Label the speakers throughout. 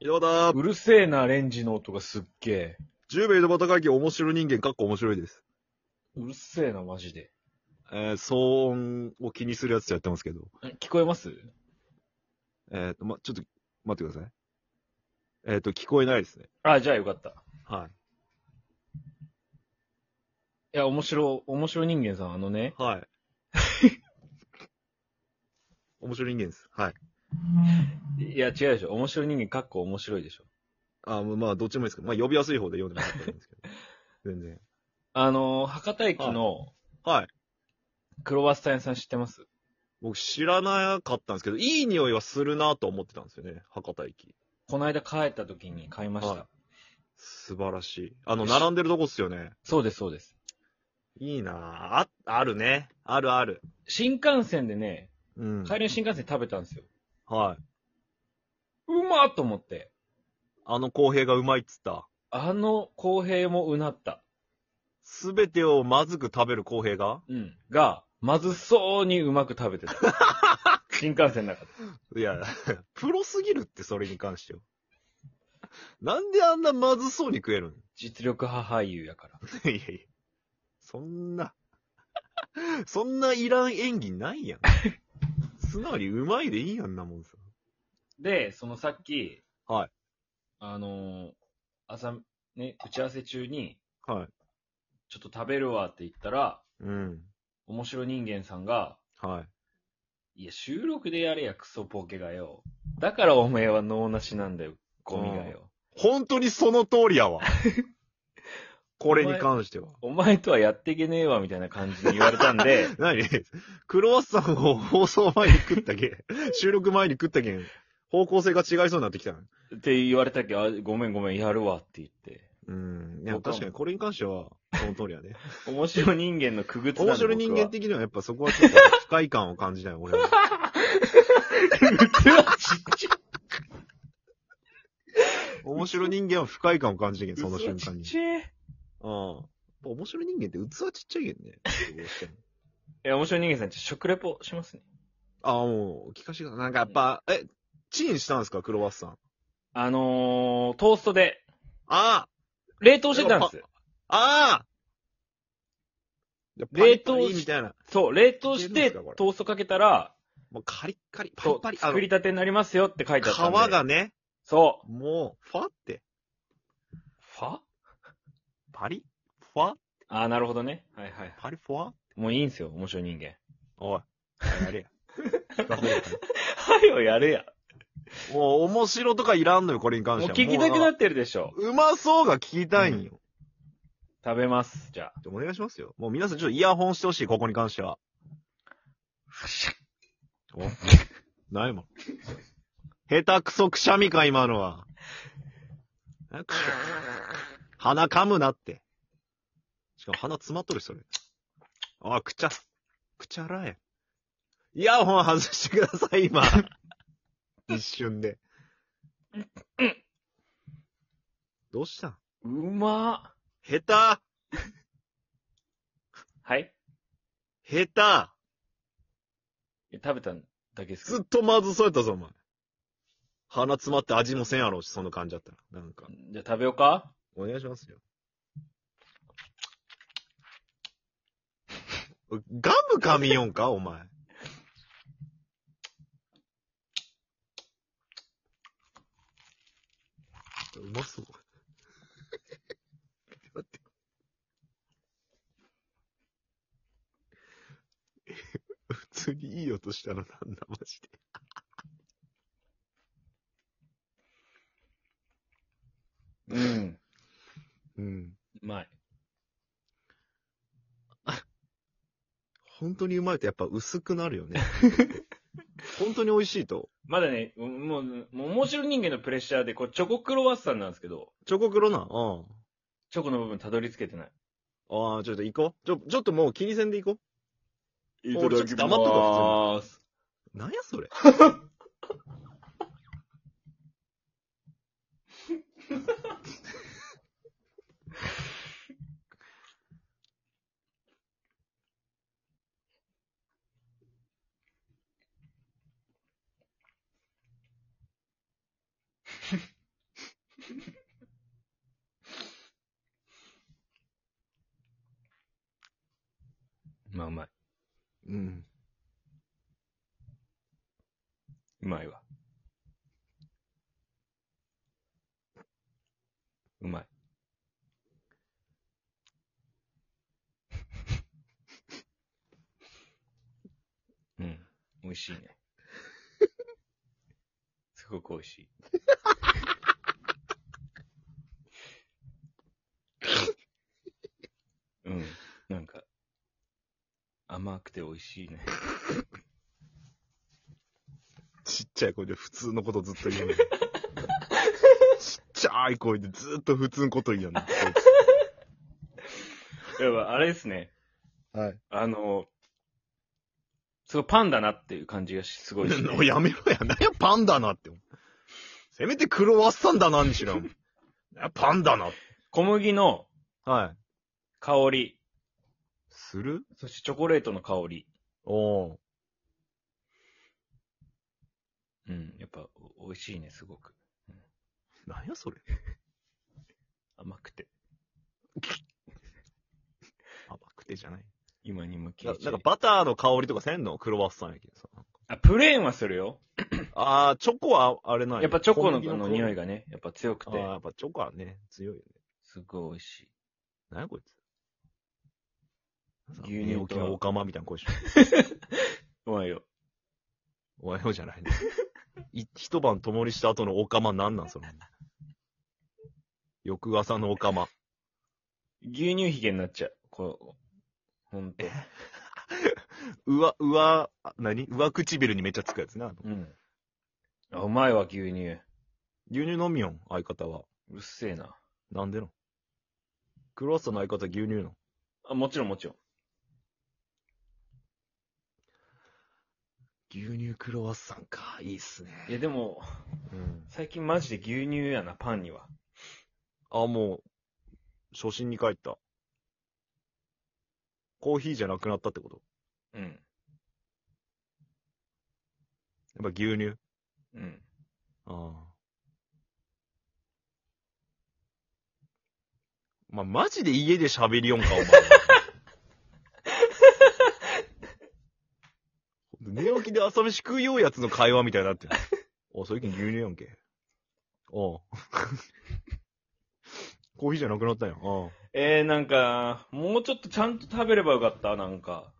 Speaker 1: 井戸端、
Speaker 2: うるせえな、レンジの音がすっげえ。
Speaker 1: 10名井戸端会議面白い人間、かっこ面白いです。
Speaker 2: うるせえな、マジで。
Speaker 1: えー、騒音を気にするやつやってますけど。
Speaker 2: 聞こえます
Speaker 1: えっ、と、ま、ちょっと、待ってください。えっ、と、聞こえないですね。
Speaker 2: あ、じゃあよかった。い
Speaker 1: は
Speaker 2: や、面白、面白人間さん、あのね、
Speaker 1: い。はい。 面白い人間です。はい。
Speaker 2: いや、違うでしょ。面白人間、かっこ面白いでしょ。
Speaker 1: あ、もうまあ、どっちもいいですけど、まあ、呼びやすい方で読んでもらったらいいんですけど。 全然。
Speaker 2: あのー、博多駅の
Speaker 1: はい。
Speaker 2: クロワッサン屋さん知ってます、
Speaker 1: 僕知らなかったんですけど、いい匂いはするなと思ってたんですよね。博多駅。
Speaker 2: この間帰った時に買いました。
Speaker 1: はい素晴らしい。あの、並んでるとこっすよね。
Speaker 2: そうです、そうです。
Speaker 1: いいなぁ。あ、あるね。あるある。
Speaker 2: 新幹線でね、
Speaker 1: うん。
Speaker 2: 帰りの新幹線で食べたんですよ。
Speaker 1: はい。
Speaker 2: うまっと思って。
Speaker 1: あの公平がうまいっつった。
Speaker 2: あの公平もうなった。
Speaker 1: すべてをまずく食べる公平が
Speaker 2: うん。が、まずそうにうまく食べて た。新幹線の中で。
Speaker 1: いや、 プロすぎるって、それに関しては。なんであんなまずそうに食えるん
Speaker 2: 実力派俳優やか ら。
Speaker 1: いやいや。そんな、 そんないらん演技ないやん。素直にうまいでいいやんなもんさ。
Speaker 2: で、そのさっき、
Speaker 1: はい。
Speaker 2: あのー朝、ね、打ち合わせ中に、
Speaker 1: はい。
Speaker 2: ちょっと食べるわって言ったら、
Speaker 1: うん。
Speaker 2: 面白人間さんが、
Speaker 1: はい。
Speaker 2: いや、収録でやれや、クソポケがよ。だからおめえは脳なしなんだよ、ゴミがよ。
Speaker 1: 本当にその通りやわ。これに関しては。
Speaker 2: お前とはやっていけねえわ、みたいな感じで言われたん で、
Speaker 1: 何クロワッサンを放送前に食ったけん、収録前に食ったけん、方向性が違いそうになってきたの。
Speaker 2: って言われたけど、あごめんごめん、やるわって言って。
Speaker 1: うん。いや、
Speaker 2: 僕は
Speaker 1: 確かにこれに関しては、その通りや ね。
Speaker 2: 面白人間のくぐつなんで
Speaker 1: 面白い人間
Speaker 2: 僕
Speaker 1: 的にはやっぱそこはちょっと不快感を感じない、俺 は。
Speaker 2: は器ちっちゃい
Speaker 1: 面白い人間は不快感を感じたけん、その瞬間
Speaker 2: 器
Speaker 1: に
Speaker 2: ちっ。ちゃい
Speaker 1: うん。やっぱ面白い人間って器ちっちゃいけんね。どうしても
Speaker 2: いや、面白い人間さん、ちょっと食レポしますね。
Speaker 1: ああ、もう、聞かせてください。なんかやっぱ、え、チンしたんですか、クロワッサン。
Speaker 2: あのー、トーストで、
Speaker 1: ああ
Speaker 2: 冷凍してたんです。
Speaker 1: ああいやパリパリみたいな。
Speaker 2: そう、冷凍
Speaker 1: い
Speaker 2: し
Speaker 1: けるんで
Speaker 2: て、
Speaker 1: すかこれ
Speaker 2: トーストかけたら、
Speaker 1: もうカリッカリ、パ
Speaker 2: そ
Speaker 1: リ
Speaker 2: う
Speaker 1: パリ。あの
Speaker 2: 作りたてになりますよって書いてあったんで。
Speaker 1: 皮が。ね、
Speaker 2: そ
Speaker 1: もう、ファって、
Speaker 2: う。ファ
Speaker 1: パリ、ファ、
Speaker 2: あー、なるほどね。はいはい。
Speaker 1: パリファ
Speaker 2: もういいんすよ、面白い人間。
Speaker 1: おい、やれや。聞 かせろよ
Speaker 2: はよ、やれや。
Speaker 1: もう、面白とかいらんのよ、これに関
Speaker 2: もう
Speaker 1: しては。
Speaker 2: 聞きたくなってるでしょ。
Speaker 1: もうなんかうまそうが聞きたいんよ。
Speaker 2: 食べます、じゃあ。
Speaker 1: お願いしますよ。もう皆さんちょっとイヤホンしてほしい、ここに関しては。おないもん。下手くそくしゃみか、今のは。なんか鼻噛むなって。しかも鼻詰まっとるし、それ。あ、くちゃ、くちゃらえ。イヤホン外してください、今。一瞬で。どうしたん
Speaker 2: うま
Speaker 1: 下手
Speaker 2: はい。
Speaker 1: 下手
Speaker 2: いや食べたんだけですけ
Speaker 1: ず
Speaker 2: ど
Speaker 1: っ。とまずそうやったぞ、お前。鼻詰まって味もせんやろうし、その感じだったら。なんか。
Speaker 2: じゃあ食べようか
Speaker 1: お願いしますよ。ガム噛みよんかお前。うまそう。 待って。普通にいい音したのなんだ、マジで。
Speaker 2: うん。
Speaker 1: うん。
Speaker 2: うまい。
Speaker 1: 本当にうまいとやっぱ薄くなるよ ね。本当に美味しいと。
Speaker 2: まだね、もう、もう面白い人間のプレッシャーで、こう、チョコクロワッサンなんですけど、
Speaker 1: チョコクロな。うん。
Speaker 2: チョコの部分たどり着けてない。
Speaker 1: ああ、ちょっと行こう。ちょ、ちょっともう気にせんで行こ
Speaker 2: い
Speaker 1: ただきます
Speaker 2: 黙っとこう普通
Speaker 1: う。
Speaker 2: に
Speaker 1: なんやそれ。
Speaker 2: うまい。 うん。美味しいね。 すごく美味しい。 うん。なんか、甘くて美味しいね。
Speaker 1: ちっちゃい声で普通のことずっと言うの。ちっちゃい声でずっと普通のこと言うやんな。こい
Speaker 2: やっぱ、あれですね。
Speaker 1: つ はい。
Speaker 2: あの、すごいパンだなっていう感じがしすごいし、
Speaker 1: おいやめろや。なんやパンダなって。せめてクロワッサンだなんにしろ。なんやパンダな。
Speaker 2: 小麦の
Speaker 1: はい。
Speaker 2: 香り、
Speaker 1: する
Speaker 2: そしてチョコレートの香り。
Speaker 1: おー。
Speaker 2: うん、やっぱお美味しいね、すごく。
Speaker 1: なんやそれ。
Speaker 2: 甘くて。
Speaker 1: 甘くてじゃない。
Speaker 2: 今にも消
Speaker 1: な
Speaker 2: えち
Speaker 1: な
Speaker 2: ゃ
Speaker 1: ん
Speaker 2: う
Speaker 1: かバターの香りとかせんのクロワッサンやけどさ。
Speaker 2: あ、プレーンはするよ。
Speaker 1: あー、チョコはあれない。
Speaker 2: やっぱチョコのあの匂い
Speaker 1: が。
Speaker 2: がね、やっぱ強く
Speaker 1: あ
Speaker 2: て
Speaker 1: ー、、やっぱチョコはね、強いよね。
Speaker 2: すごい美味しい。
Speaker 1: なんやこいつ。
Speaker 2: 牛乳と
Speaker 1: 寝起きのオカマみたいな声してる。
Speaker 2: うまいよ。
Speaker 1: おはようじゃないね。い一晩共にした後のオカマなんなんそれ。翌朝のオカマ。
Speaker 2: 牛乳ひげになっちゃう。こう、ほんと。
Speaker 1: うわ、うわ、あ何上唇にめっちゃつくやつな。
Speaker 2: うん。あ、うまいわ、牛乳。
Speaker 1: 牛乳飲みよん、相方は。
Speaker 2: うっせえな。
Speaker 1: なんでのクロワッサンの相方牛乳の。
Speaker 2: あ、もちろんもちろん。
Speaker 1: 牛乳クロワッサンか。いいっすね。
Speaker 2: いや、でも、
Speaker 1: うん。
Speaker 2: 最近マジで牛乳やな、パンには。
Speaker 1: あ、もう、初心に帰った。コーヒーじゃなくなったってこと
Speaker 2: うん。
Speaker 1: やっぱ牛乳
Speaker 2: うん。
Speaker 1: ああ。まあ、マジで家で喋りよんか、お前。寝起きで朝飯食うようやつの会話みたいになってる。お、最近牛乳やんけ。おうコーヒーじゃなくなったんやん。おう
Speaker 2: えー、なんか、もうちょっとちゃんと食べればよかった、なんか。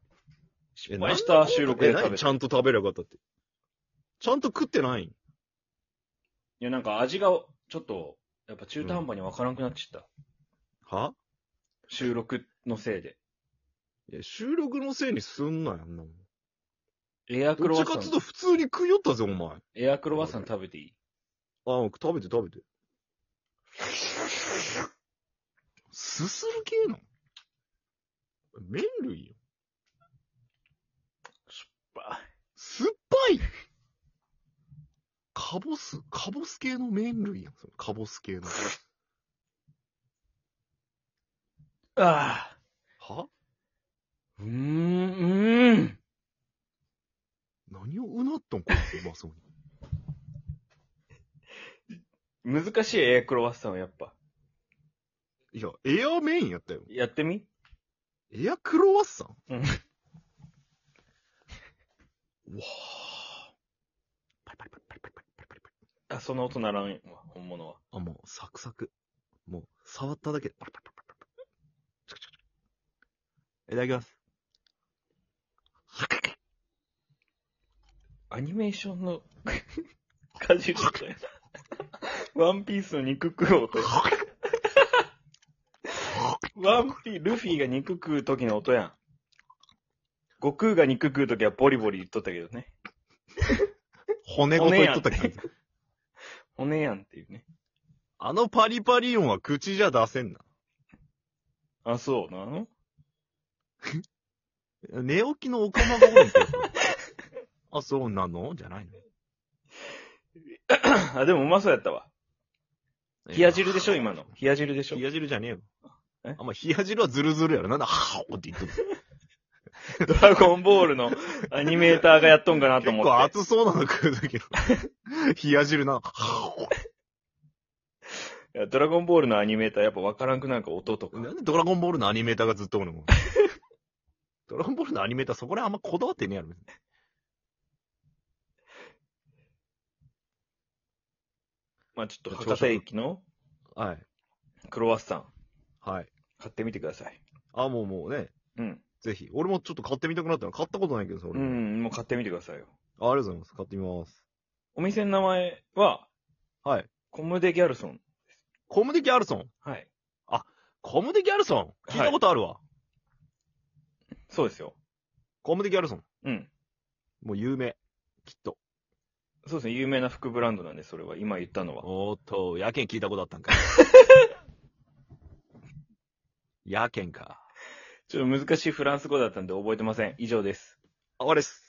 Speaker 1: え、
Speaker 2: 失敗した収録で
Speaker 1: な
Speaker 2: 食
Speaker 1: ん
Speaker 2: べ
Speaker 1: でち
Speaker 2: た。い
Speaker 1: ゃんと食べればよかったって。ちゃんと食ってないん
Speaker 2: や、なんか味が、ちょっと、やっぱ中途半端にわからなくなっちゃった。
Speaker 1: は
Speaker 2: 収録のせいで。
Speaker 1: いや、収録のせいにすんなよ、あんなもん。
Speaker 2: エアク
Speaker 1: ど
Speaker 2: ロ
Speaker 1: っち
Speaker 2: ワ
Speaker 1: か
Speaker 2: ッ
Speaker 1: っつう
Speaker 2: サ
Speaker 1: と
Speaker 2: ン。
Speaker 1: 普通に食いよったぜ、お前。
Speaker 2: エアクロワッサン食べていい
Speaker 1: あ、うん食べて食べて。すする系なの麺類よ。酸っぱいカボス、カボス系の麺類やん。それカボス系の。
Speaker 2: ああ。
Speaker 1: は
Speaker 2: うーん、うーん。
Speaker 1: 何をうなっとんこいつうまそうに。
Speaker 2: 難しいエアクロワッサンはやっぱ。
Speaker 1: いや、エア麺やったよ。
Speaker 2: やってみ
Speaker 1: エアクロワッサン
Speaker 2: うん
Speaker 1: わあ。パリパリパリパリパリパリパリパリ。
Speaker 2: あ、そんな音ならんわ、本物は。
Speaker 1: あ、もう、サクサク。もう、触っただけで、パラパラパラパラパラチクチクチクいただきます。
Speaker 2: アニメーションの、 果汁みたいな。ワンピースの肉食う音や。ワンピ、ルフィが肉食う時の音やん。悟空が肉食う時はボリボリ言っとったけどね。
Speaker 1: 骨ごと言っとったっ
Speaker 2: 骨
Speaker 1: け
Speaker 2: 骨やんっていうね。
Speaker 1: あのパリパリ音は口じゃ出せんな。
Speaker 2: あ、そうなの
Speaker 1: 寝起きのおかまが多い んだよあ、そうなのじゃないの。
Speaker 2: あ、でもうまそうやったわ。冷や汁でしょ、今の。冷や汁でしょ
Speaker 1: 冷。や汁じゃねえよ
Speaker 2: え。
Speaker 1: あ、まあ、冷や汁はズルズルやろ。なんだ、はおって言っとる。
Speaker 2: ドラゴンボールのアニメーターがやっとんかなと
Speaker 1: 結
Speaker 2: 思
Speaker 1: 構
Speaker 2: って。
Speaker 1: 熱そうなの食うときの。冷や汁な、はお
Speaker 2: いやドラゴンボールのアニメーターやっぱわからんくなんか音とか。
Speaker 1: なんでドラゴンボールのアニメーターがずっとお るのドラゴンボールのアニメーターそこらあんまこだわってねえやろ。別に
Speaker 2: まあちょっと博多駅の
Speaker 1: はい。
Speaker 2: クロワッサン、
Speaker 1: はい。
Speaker 2: 買ってみてください。
Speaker 1: あ、もうもうね、
Speaker 2: うん。
Speaker 1: ぜひ。俺もちょっと買ってみたくなったら、買ったことないけどさ、
Speaker 2: う
Speaker 1: 俺も。
Speaker 2: ん、もう買ってみてくださいよ。
Speaker 1: あありがとうございます。買ってみます。
Speaker 2: お店の名前は、
Speaker 1: はい。
Speaker 2: コムデギャルソン。
Speaker 1: コムデギャルソン。
Speaker 2: はい。
Speaker 1: コムデギャルソン聞いたことあるわ。
Speaker 2: そうですよ。
Speaker 1: コムデギャルソン。
Speaker 2: うん。
Speaker 1: もう有名。きっと。
Speaker 2: そうですね、有名な服ブランドなんで、それは、今言ったのは。
Speaker 1: おーっと、やけん聞いたことあったんか。やけんか。
Speaker 2: ちょっと難しいフランス語だったんで覚えてません。以上です。
Speaker 1: あ、終わりです。